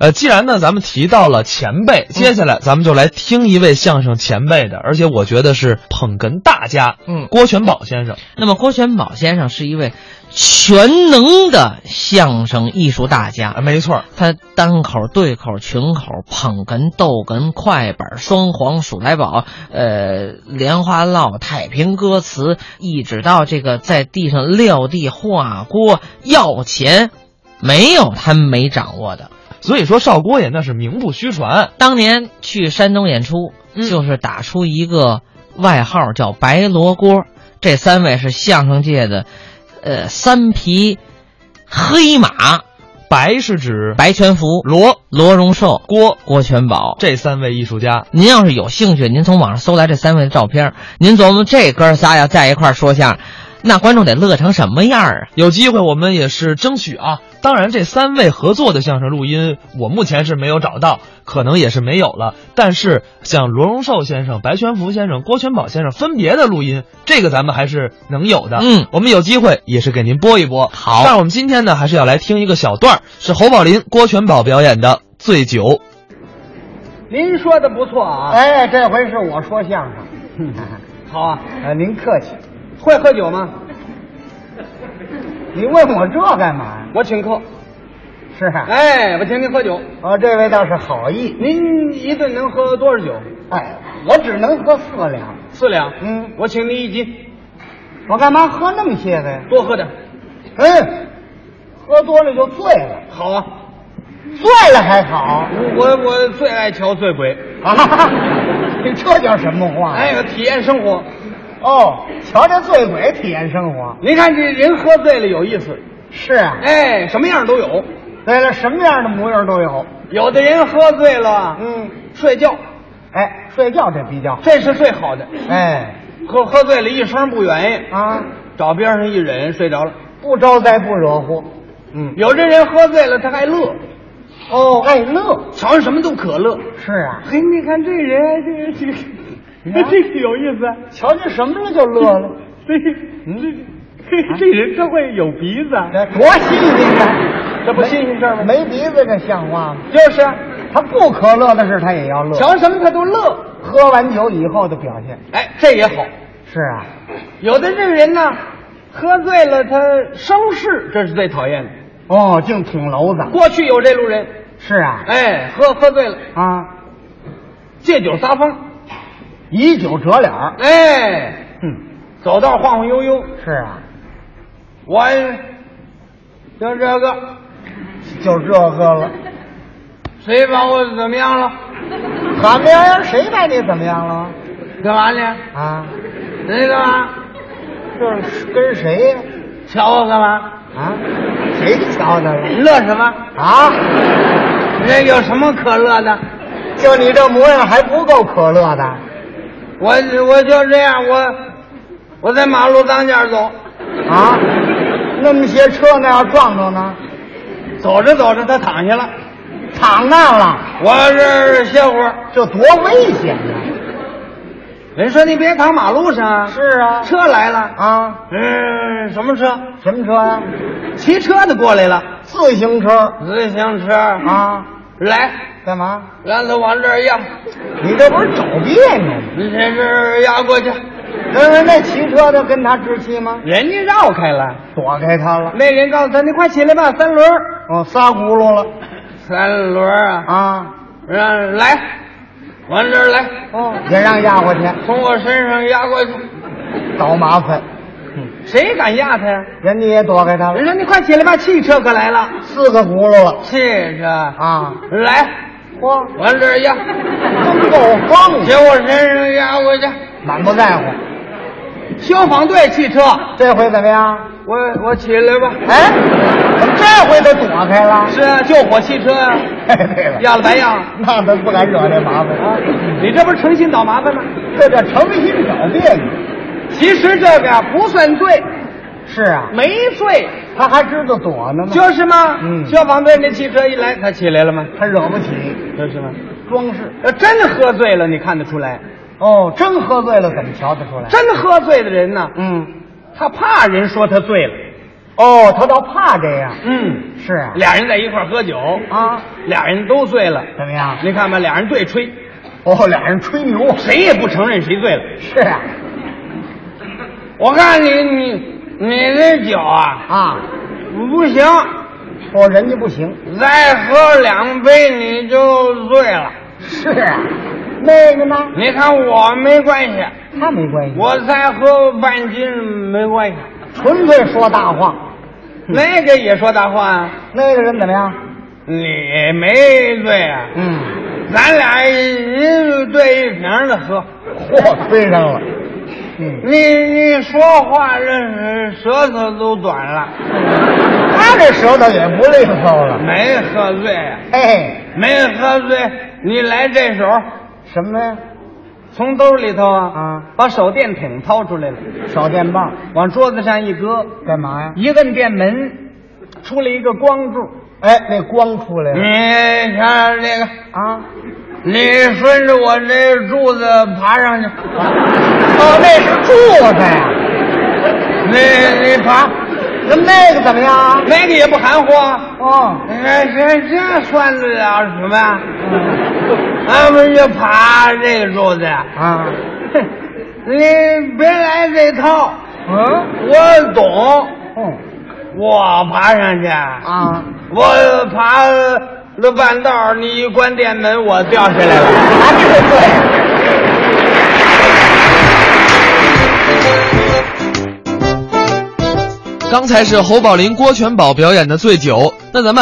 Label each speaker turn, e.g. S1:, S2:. S1: 呃，既然呢，咱们提到了前辈，接下来咱们就来听一位相声前辈的，而且我觉得是捧哏大家，
S2: 嗯
S1: 郭全宝先生。
S2: 那么郭全宝先生是一位全能的相声艺术大
S1: 啊，
S2: 家，
S1: 没错儿，
S2: 他单口、对口、群口、捧哏、逗哏、快板、双簧、数来宝，呃，莲花落、太平歌词，一直到这个在地上撂地、画锅、要钱，没有他没掌握的。
S1: 所以说少郭也那是名不虚传。
S2: 当年去山东演出，
S1: 嗯
S2: 就是打出一个外号叫“白罗锅”。这三位是相声界的，呃，三匹黑马：
S1: 白是指
S2: 白全福、罗罗荣寿、郭郭全宝。
S1: 这三位艺术家，
S2: 您要是有兴趣，您从网上搜来这三位的照片，您琢磨这哥仨要在一块儿说相声，那观众得乐成什么样儿啊？
S1: 有机会我们也是争取啊。当然，这三位合作的相声录音，我目前是没有找到，可能也是没有了。但是像罗荣寿先生、白全福先生、郭全宝先生分别的录音，这个咱们还是能有的。
S2: 嗯，
S1: 我们有机会也是给您播一播。
S2: 好
S1: 但是我们今天呢，还是要来听一个小段儿，是侯宝林、郭全宝表演的《醉酒》。
S3: 您说的不错啊！哎，这回是我说相声， 好啊！呃，您客气，会喝酒吗？ 你问我这干嘛呀？
S4: 我请客，
S3: 是啊，
S4: 哎，我请您喝酒。
S3: 哦，这位倒是好意，
S4: 您一顿能喝多少酒？
S3: 哎，我只能喝四两，
S4: 四两。
S3: 嗯
S4: 我请您一斤，
S3: 我干嘛喝那么些个呀？
S4: 多喝点。
S3: 嗯，喝多了就醉了，
S4: 好啊，
S3: 醉了还好
S4: 我我最爱瞧醉鬼，
S3: 啊！ 你这叫什么话呀？
S4: 哎，体验生活。
S3: 哦，瞧这醉鬼体验生活，
S4: 您看这人喝醉了有意思，
S3: 是啊。
S4: 哎，什么样都有。
S3: 对了，什么样的模样都有。
S4: 有的人喝醉了，
S3: 嗯，
S4: 睡觉，
S3: 哎，睡觉这比较好。
S4: 这是最好的。
S3: 哎，
S4: 喝喝醉了，一声不愿意，
S3: 啊，
S4: 找边上一忍，睡着了。
S3: 不招灾不惹祸。
S4: 嗯，有的人喝醉了，他还乐，
S3: 哦，爱乐
S4: 瞧上什么都可乐。
S3: 是啊，
S4: 嘿，你看这人，这个这个 这个有意思啊。
S3: 瞧见什么了就乐 了，
S4: 这嗯，这这人真会有鼻子，
S3: 这多新鲜啊！
S4: 这不新鲜事儿吗？
S3: 没鼻子这像话吗？
S4: 就是啊，
S3: 他不可乐的事他也要乐。
S4: 瞧什么他都乐。
S3: 喝完酒以后的表现。
S4: 哎，这也好。
S3: 是啊，
S4: 有的这个人呢，喝醉了他生事，这是最讨厌的。
S3: 哦，净捅娄子。
S4: 过去有这路人，
S3: 是啊，
S4: 哎，喝喝醉了，
S3: 啊，
S4: 借酒撒疯，
S3: 以酒折脸儿。
S4: 哎，
S3: 哼，
S4: 走道晃晃悠悠，
S3: 是啊，
S4: 我就这个，
S3: 就这个了。
S4: 谁把我怎么样了？
S3: 喊名儿谁把你怎么样了？
S4: 干嘛呢？
S3: 啊，
S4: 人家干嘛？
S3: 这是跟谁呀、
S4: 瞧我干嘛？
S3: 啊？谁瞧他了？
S4: 你乐什么？
S3: 啊，
S4: 那有什么可乐的？
S3: 就你这模样还不够可乐的，
S4: 我我就这样，我我在马路当间走，
S3: 啊？那么些车那要撞着呢，
S4: 走着走着他躺下了，
S3: 躺那儿了，
S4: 我这歇会儿。
S3: 这多危险呀、
S4: 人说你别躺马路上啊，
S3: 是啊
S4: 车来了，
S3: 啊！
S4: 嗯，什么车？
S3: 什么车呀、
S4: 骑车的过来了，
S3: 自行车
S4: 自行车，
S3: 啊？
S4: 来，
S3: 干嘛？
S4: 让他往这儿压，
S3: 你这不是找别扭吗？
S4: 你这是压过去，
S3: 那那骑车的跟他置气吗？
S4: 人家绕开了。
S3: 躲开他了，
S4: 那人告诉他，你快起来吧，三轮儿，
S3: 哦，撒轱辘了
S4: 三轮儿啊，
S3: 啊！
S4: 让来，往这儿来，
S3: 哦，也让压过去，
S4: 从我身上压过去，
S3: 找麻烦，
S4: 谁敢压他呀？
S3: 人家也躲开他了，
S4: 人说你快起来吧，汽车可来了。
S3: 四个轱辘了
S4: 汽车，
S3: 啊！
S4: 来，
S3: 嚯！
S4: 往这儿压，
S3: 真够横
S4: 给我身上压过去。
S3: 满不在乎。
S4: 消防队汽车，
S3: 这回怎么样？
S4: 我我起来吧。
S3: 哎，怎么这回他躲开了？
S4: 是啊，救火汽车呀、
S3: 哎，对了，
S4: 压了白压。
S3: 那他不敢惹这麻烦啊！
S4: 你这不是诚心找麻烦吗？
S3: 这叫诚心找别扭。
S4: 其实这个呀不算罪，
S3: 是啊，
S4: 没罪，
S3: 他还知道躲呢吗？
S4: 就是嘛。
S3: 嗯
S4: 消防队那汽车一来，他起来了吗？
S3: 他惹不起，
S4: 就是嘛。
S3: 装饰。
S4: 要真喝醉了，你看得出来。
S3: 哦，真喝醉了怎么瞧得出来？
S4: 真喝醉的人呢，
S3: 嗯，
S4: 他怕人说他醉了。
S3: 哦，他倒怕这样。
S4: 嗯，
S3: 是啊，
S4: 俩人在一块儿喝酒
S3: 啊，
S4: 俩人都醉了，
S3: 怎么样？
S4: 你看吧，俩人对吹，
S3: 哦，俩人吹牛。
S4: 谁也不承认谁醉了。
S3: 是啊，
S4: 我看你你你这酒啊，
S3: 啊，
S4: 不行，
S3: 哦，人家不行。
S4: 再喝两杯你就醉了。
S3: 是啊，那个呢？
S4: 你看我没关系，
S3: 他没关系，
S4: 我才喝半斤没关系。
S3: 纯粹说大话。
S4: 那个也说大话啊，
S3: 那个人怎么样？
S4: 你没醉啊？
S3: 嗯，
S4: 咱俩一对一瓶的喝。
S3: 嚯，吹上了。嗯，
S4: 你你说话这舌头都短了，
S3: 他这舌头也不利索了。
S4: 没喝醉啊，
S3: 嘿，
S4: 没喝醉，你来这手，
S3: 什么呀？
S4: 从兜里头啊
S3: 啊
S4: 把手电筒掏出来了，
S3: 手电棒
S4: 往桌子上一搁，
S3: 干嘛呀？
S4: 一摁电门，出来一个光柱。
S3: 哎，那光出来了
S4: 你看那个，
S3: 啊！
S4: 你顺着我这柱子爬上去，
S3: 哦，那是柱子呀。
S4: 你你爬，
S3: 那那个怎么样啊？
S4: 那个也不含糊啊。
S3: 哦，
S4: 哎，这这算得了什么呀？
S3: 嗯
S4: 俺们就爬这个柱子呀！
S3: 啊，
S4: 哼你别来这套，
S3: 嗯，
S4: 我懂。
S3: 哦，
S4: 我爬上去，
S3: 啊，
S4: 我爬了半道儿，你一关店门，我掉下来了。
S3: 还是对。
S1: 刚才是侯宝林、郭全宝表演的《醉酒》，那咱们。